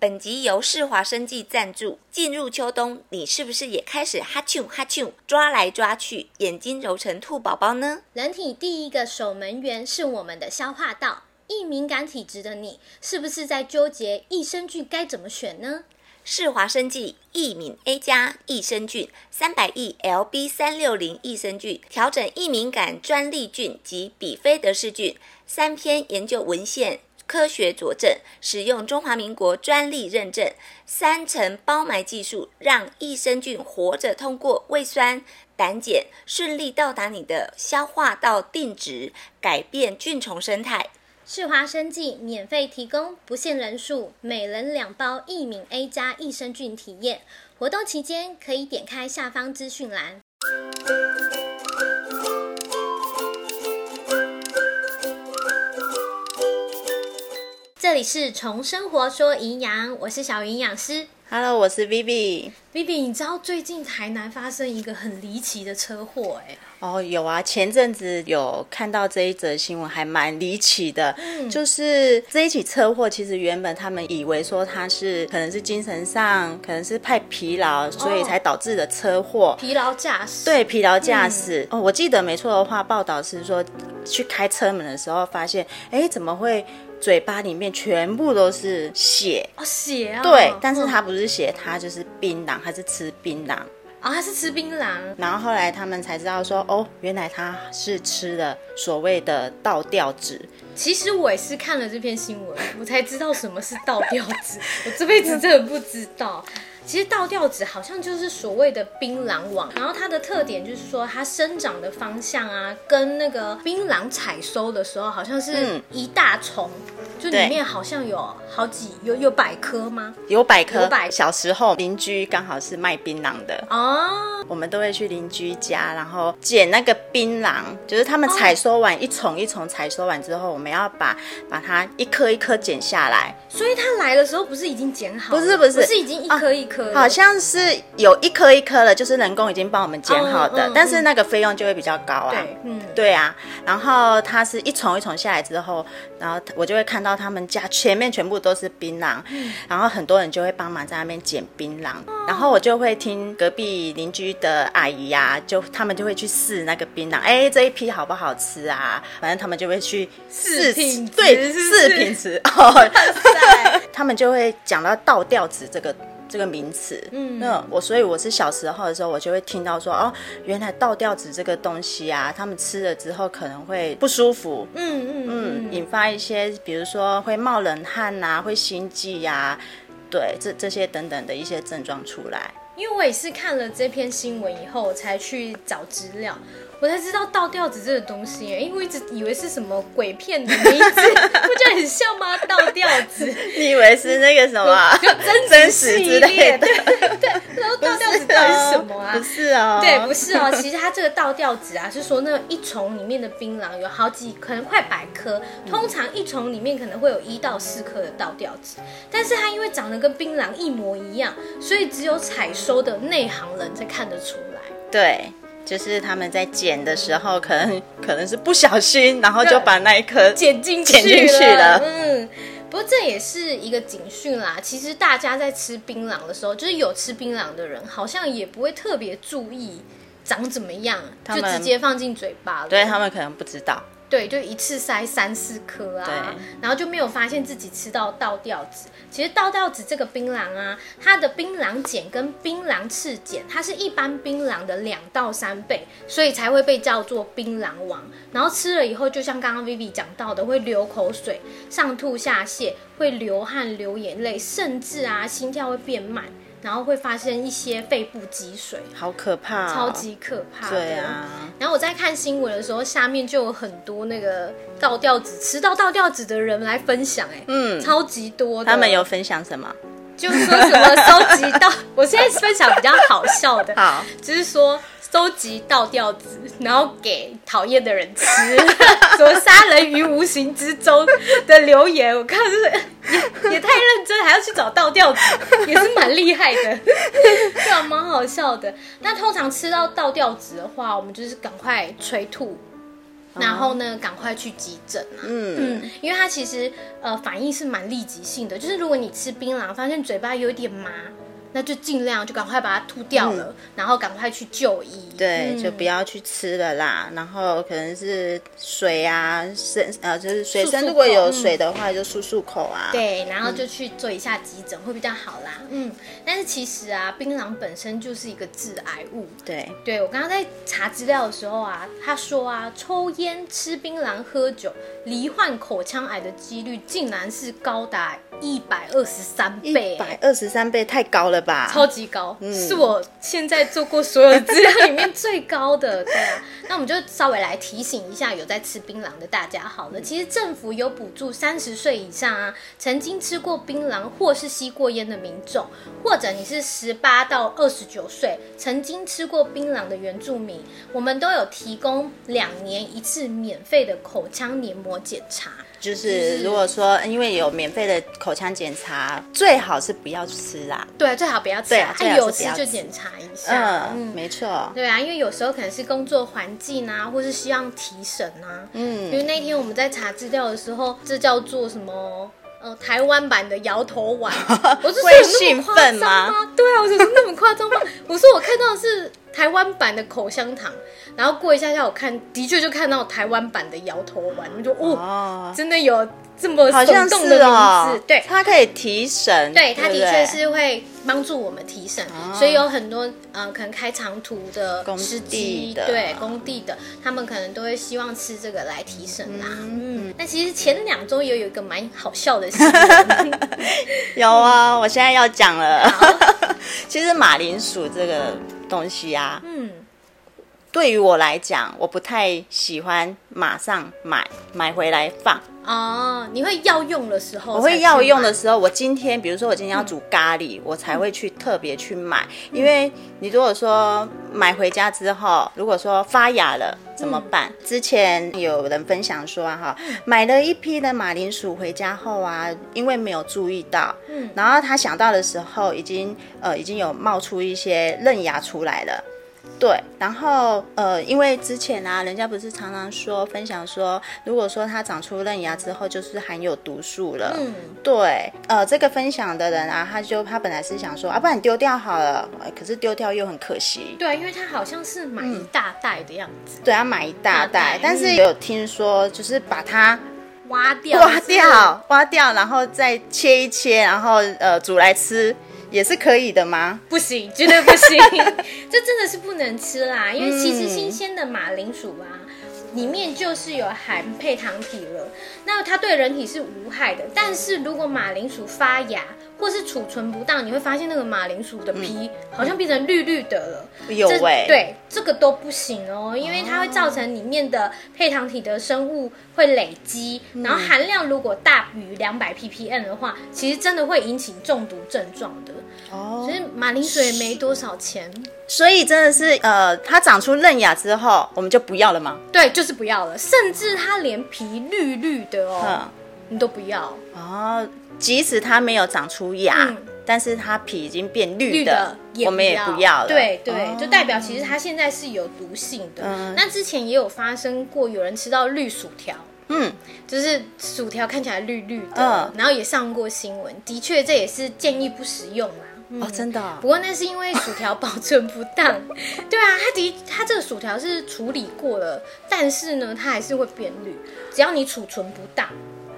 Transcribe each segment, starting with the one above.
本集由世华生技赞助。进入秋冬，你是不是也开始哈啾哈啾抓来抓去，眼睛揉成兔宝宝呢？人体第一个守门员是我们的消化道。易敏感体质的你，是不是在纠结益生菌该怎么选呢？世华生技益敏 A 加益生菌三百亿 LB 三六零益生菌调整易敏感专利菌及比菲德氏菌三篇研究文献科学佐证，使用中华民国专利认证三层包埋技术，让益生菌活着通过胃酸。胆碱顺利到达你的消化道定植，改变菌虫生态。世华生技免费提供，不限人数，每人两包益敏 A 加益生菌体验。活动期间可以点开下方资讯栏。这里是从生活说营养，我是小营养师 Hello，我是 Vivi。 Vivi。你知道最近台南发生一个很离奇的车祸、哎，哦，有啊，前阵子有看到这一则新闻，还蛮离奇的。就是这一起车祸，其实原本他们以为说他是可能是精神上，可能是太疲劳，所以才导致的车祸。疲劳驾驶，对，疲劳驾驶。哦，我记得没错的话，报道是说去开车门的时候发现，哎，怎么会嘴巴里面全部都是血？哦，血啊，对，但是嗯他不是血，他就是槟榔，他是吃槟榔。啊、他是吃槟榔，然后后来他们才知道说，哦，原来他是吃了所谓的倒吊纸。其实我也是看了这篇新闻，我才知道什么是倒吊子， 我这辈子真的不知道。其实倒吊子好像就是所谓的槟榔网，然后它的特点就是说它生长的方向啊，跟那个槟榔采收的时候好像是嗯一大丛，就里对面好像有好几有有百颗吗？有百科，有百小时候邻居刚好是卖槟榔的，哦，我们都会去邻居家，然后捡那个槟榔，就是他们采收完、一丛一丛采收完之后，我们要把把它一颗一颗剪下来，所以它来的时候不是已经剪好了，不是不是啊是已经一颗一颗了、好像是有一颗一颗的，就是人工已经帮我们剪好的，嗯嗯但是那个费用就会比较高啊。对，嗯，对啊，然后它是一丛一丛下来之后，然后我就会看到他们家前面全部都是槟榔，嗯然后很多人就会帮忙在那边捡槟榔，哦然后我就会听隔壁邻居的阿姨呀、就他们就会去试那个槟榔，哎，这一批好不好吃啊？反正他们就会去试试品吃对，是不是试品吃哦，他们就会讲到倒吊子这个。这个名词，嗯，那我所以我是小时候的时候，我就会听到说，哦，原来倒吊子这个东西啊，他们吃了之后可能会不舒服，嗯嗯嗯嗯，引发一些比如说会冒冷汗呐、会心悸呀、对，这这些等等的一些症状出 来。因为我也是看了这篇新闻以后，我才去找资料，我才知道倒吊子这个东西耶，因为我一直以为是什么鬼片的名字， 不就很像吗？倒吊子，你以为是那个什 么真 真实实系之列，类的对？对对，然后倒吊子到底是什么啊不？是哦，对，不是哦，其实它这个倒吊子啊，是说那一丛里面的槟榔有好几，可能快百颗，嗯通常一丛里面可能会有一到四颗的倒吊子，但是它因为长得跟槟榔一模一样，所以只有采收的内行人才看得出来。对，就是他们在剪的时候，可能可能是不小心，然后对就把那一颗剪进剪进去了嗯，不过这也是一个警讯啦。其实大家在吃槟榔的时候，就是有吃槟榔的人，好像也不会特别注意长怎么样，他就们直接放进嘴巴了。对他们可能不知道，对，就一次塞三四颗啊，然后就没有发现自己吃到倒吊子。其实倒吊子这个槟榔啊，它的槟榔碱跟槟榔赤碱，它是一般槟榔的两到三倍，所以才会被叫做槟榔王。然后吃了以后，就像刚刚 Vivi 讲到的，会流口水、上吐下泻，会流汗、流眼泪，甚至啊心跳会变慢，然后会发生一些肺部积水，好可怕、哦，超级可怕的。对啊，然后我在看新闻的时候，下面就有很多那个倒吊子吃到倒吊子的人来分享、哎，嗯，超级多的。他们有分享什么？就说什么收集到， 我现在分享比较好笑的， 好，就是说收集倒吊子，然后给讨厌的人吃， 什么杀人于无形之中的留言，我看就是也 也太认真，还要去找倒吊子，也是蛮厉害的， 对啊，蛮好笑的。那通常吃到倒吊子的话，我们就是赶快催吐。然嗯后呢，赶快去急诊啊。嗯因为它其实呃反应是蛮立即性的，就是如果你吃槟榔发现嘴巴有一点麻，那就尽量就赶快把它吐掉了，然后赶快去就医。嗯嗯对，就不要去吃了啦。然后可能是水啊，生呃，就是水漱生，漱如果有口嗯水的话，就漱漱口啊。，对，然后就去做一下急诊、会比较好啦。嗯，但是其实啊，槟榔本身就是一个致癌物。对，对我刚刚在查资料的时候啊，他说啊，抽烟、吃槟榔、喝酒，罹患口腔癌的几率竟然是高达一百二十三倍一，百二十三倍太高了吧？超级高，嗯是我现在做过所有的资料里面最高的。对啊， 那我们就稍微来提醒一下有在吃槟榔的大家好嗯了。其实政府有补助三十岁以上啊，曾经吃过槟榔或是吸过烟的民众，或者你是十八到二十九岁曾经吃过槟榔的原住民，我们都有提供两年一次免费的口腔黏膜检查。就是如果说因为有免费的口腔检查，最好是不要吃啦。对，最好不要吃对啊啊，最好是有不吃要就吃检查一下。嗯，没错。对啊，因为有时候可能是工作环境啊，或是希望提神啊。嗯，因为那天我们在查资料的时候，这叫做什么？呃，台湾版的摇头丸， 我是说有那么夸张会兴奋吗？对啊，我就说那么夸张吗？我说我看到的是台湾版的口香糖，然后过一下下我看，的确就看到台湾版的摇头丸，我就哦，哦，真的有这么好像耸动的是名字，哦，对，它可以提神，对，它的不对哦确是会帮助我们提神，所以有很多呃，可能开长途的工司地机，的对工地的，他们可能都会希望吃这个来提神啦。嗯，那其实前两周也有一个蛮好笑的新闻， 有啊，我现在要讲了。 其实马铃薯这个东西啊，嗯，对于我来讲，我不太喜欢马上买买回来放。哦，你会药用的时候，我会要用的，时候，我今天比如说我今天要煮咖喱，我才会去特别去买，因为你如果说买回家之后，如果说发芽了怎么办？之前有人分享说啊哈，买了一批的马铃薯回家后啊，因为没有注意到，嗯，然后他想到的时候已经呃已经有冒出一些嫩芽出来了。对，然后呃，因为之前啊，人家不是常常说分享说，如果说它长出嫩芽之后，就是含有毒素了。嗯，对，呃，这个分享的人啊，他就他本来是想说，啊，不然你丢掉好了，呃可是丢掉又很可惜。对，因为它好像是嗯买一大袋的样子，对，要买一大大袋袋，但是嗯有听说就是把它挖掉，挖掉，挖掉，然后再切一切，然后呃煮来吃，也是可以的吗？不行，绝对不行， 这真的是不能吃啦。因为其实新鲜的马铃薯啊，里面就是有含配糖体了，那它对人体是无害的。但是如果马铃薯发芽或是储存不当，你会发现那个马铃薯的皮好像变成绿绿的了。有欸这味、对，这个都不行哦，因为它会造成里面的配糖体的生物会累积，然嗯后含量如果大于两百 ppm 的话，其实真的会引起中毒症状的。哦所，以马铃薯也没多少钱，所以真的是呃，它长出嫩芽之后，我们就不要了吗？对，就是不要了。甚至它连皮绿绿的哦，嗯，你都不要，哦，即使它没有长出芽，嗯但是它皮已经变绿绿的的，也我们也不要了。对对，哦就代表其实它现在是有毒性的。嗯那之前也有发生过有人吃到绿薯条。嗯，就是薯条看起来绿绿的，嗯然后也上过新闻，的确这也是建议不食用啦、嗯哦，真的哦、不过那是因为薯条保存不当， 对啊，它的它这个薯条是处理过了，但是呢，它还是会变绿，只要你储存不当，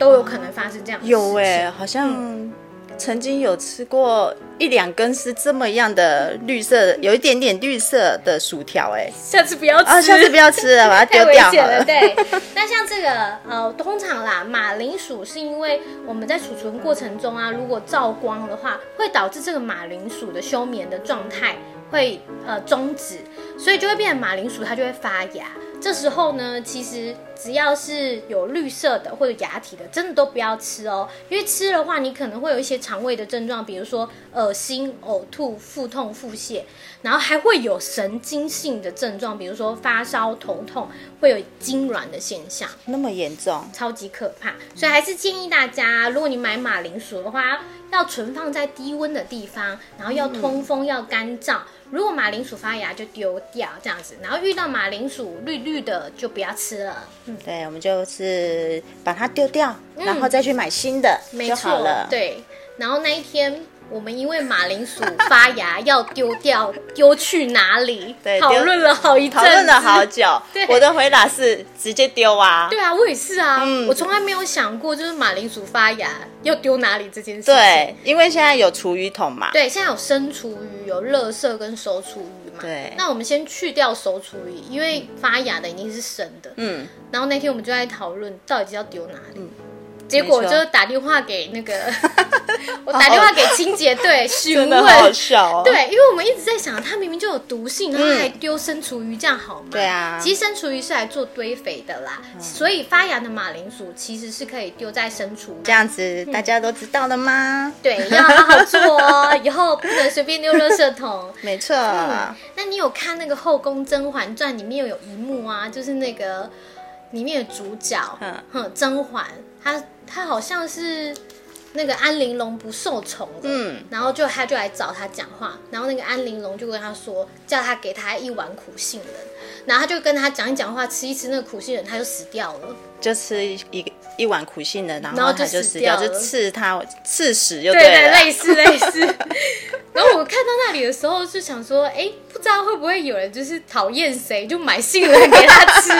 都有可能发生这样的事情。有哎、好嗯像曾经有吃过一两根是这么样的绿色，有一点点绿色的薯条哎、下次不要吃，啊，下次不要吃了，把它 太丢危掉险好了。了。对，那像这个呃，通常啦，马铃薯是因为我们在储存过程中啊，如果照光的话，会导致这个马铃薯的休眠的状态会呃终止，所以就会变成马铃薯它就会发芽。这时候呢，其实只要是有绿色的或者芽体的，真的都不要吃哦，因为吃的话，你可能会有一些肠胃的症状，比如说恶心、呕吐、腹痛、腹泻，然后还会有神经性的症状，比如说发烧、头痛，会有痉挛的现象，那么严重，超级可怕。所以还是建议大家，如果你买马铃薯的话，要存放在低温的地方，然后要通风、要干燥。如果马铃薯发芽就丢掉这样子，然后遇到马铃薯绿绿的就不要吃了。嗯，对，我们就是把它丢掉，然后再去买新的没就错好了。，。对。然后那一天，我们因为马铃薯发芽要丢 掉，丢去哪里？对讨丢论了好一阵，讨论了好。久对，我的回答是直接丢啊。对啊，我也是啊，嗯我从来没有想过就是马铃薯发芽要丢哪里这件事情。对，因为现在有厨余桶嘛。对，现在有生厨余、有垃圾跟熟厨余嘛。对那我们先去掉熟厨余，因为发芽的一定是生的。嗯，然后那天我们就在讨论到底要丢哪里。结果我没就错打电话给 那个，我打电话给清洁队询真的好好问。笑哦。，嗯对，因为我们一直在想，它明明就有毒性，然后还丢生厨余，这样好吗？对啊嗯其实生厨余是来做堆肥的啦，所以发芽的马铃薯其实是可以丢在生厨余这样子大家都知道了吗？对，要好好做哦，以后不能随便丢垃圾桶。没错。嗯，那你有看那个《后宫甄嬛传》里面有一幕啊，就是那个里面的主角，嗯哼，甄嬛，她她好像是那个安陵容不受宠了，嗯，然后就她就来找她讲话，然后那个安陵容就跟她说，叫她给她一碗苦杏仁，然后她就跟她讲一讲话，吃一吃那个苦杏仁，她就死掉了。就吃一个一碗苦杏仁，然然后后就它死就死掉，掉就了刺它刺死就对了。类似类似。 然后我看到那里的时候，就想说，哎，不知道会不会有人就是讨厌谁，就买杏仁给他吃。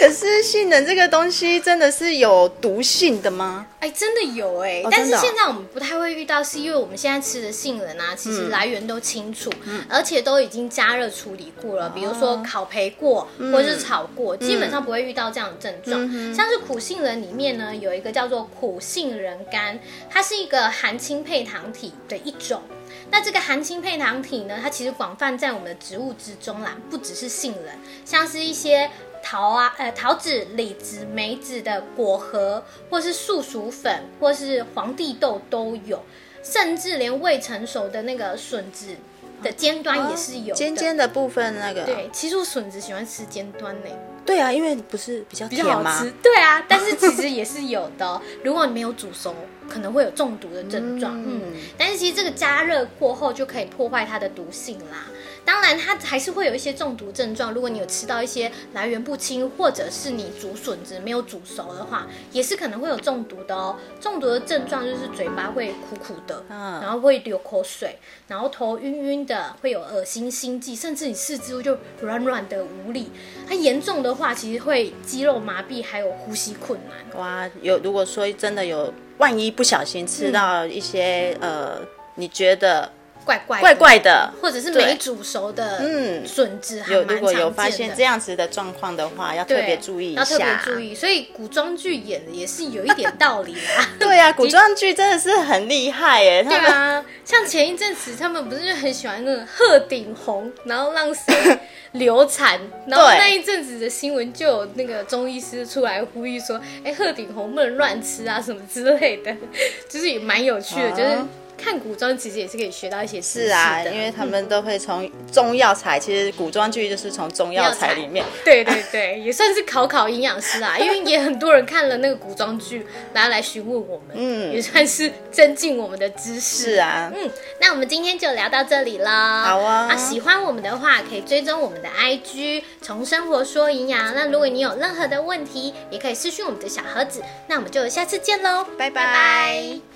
可是杏仁这个东西真的是有毒性的吗？哎，真的有哎、哦但是真的哦嗯现在我们不太会遇到，是因为我们现在吃的杏仁啊，其实来源都清楚，而且都已经加热处理过了，比如哦说烤焙过、或者是炒过，嗯基本上不会遇到这样的症状。像是苦杏仁里面呢，有一个叫做苦杏仁干，它是一个含氢配糖体的一种。那这个含氢配糖体呢，它其实广泛在我们的植物之中啦，不只是杏仁，像是一些桃啊、呃桃子、李子、梅子的果核，或是树薯粉，或是皇帝豆都有，甚至连未成熟的那个笋子的尖端也是有的。哦尖尖的部分那个，对，其实我笋子喜欢吃尖端呢、对啊，因为不是比较比较甜好吗吃？。对啊， 但是其实也是有的哦、如果你没有煮熟，可能会有中毒的症状。嗯嗯但是其实这个加热过后就可以破坏它的毒性啦。当然，它还是会有一些中毒症状。如果你有吃到一些来源不清，或者是你煮笋子没有煮熟的话，也是可能会有中毒的哦。中毒的症状就是嘴巴会苦苦的，嗯然后会流口水，然后头晕晕的，会有恶心、心悸，甚至你四肢就软软的无力。它严重的话，其实会肌肉麻痹，还有呼吸困难。哇，有如果说真的有，万一不小心嗯吃到一些、呃，你觉得怪怪怪怪的，或者是对没煮熟的嗯笋子，还有蛮如果有常发见现的这样子的状况的话，要特对别注意一要特别下。注意。所以古装剧演的也是有一点道理啦。对啊，古装剧真的是很厉害耶，嗯对他们啊，像前一阵子他们不是就很喜欢那种鹤顶红，然后让谁 流产，然后对那一阵子的新闻就有那个中医师出来呼吁说，哎，鹤顶红不能乱吃啊，什么之类的，就是也蛮有趣的，啊就是看古装其实也是可以学到一些知识是啊，的因为他们都会从中药材，其实古装剧就是从中药材里面。对对对，也算是考考营养师 啦，因为也很多人看了那个古装剧，然后来询问我们，嗯，嗯也算是增进我们的知识。是啊，嗯，那我们今天就聊到这里啦。好啊喜欢我们的话，可以追踪我们的 IG“ 从生活说营养”。那如果你有任何的问题，也可以私讯我们的小盒子。那我们就下次见喽，拜拜拜